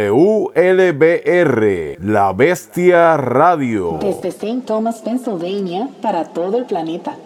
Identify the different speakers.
Speaker 1: WLBR, La Bestia Radio.
Speaker 2: Desde St. Thomas, Pennsylvania, para todo el planeta.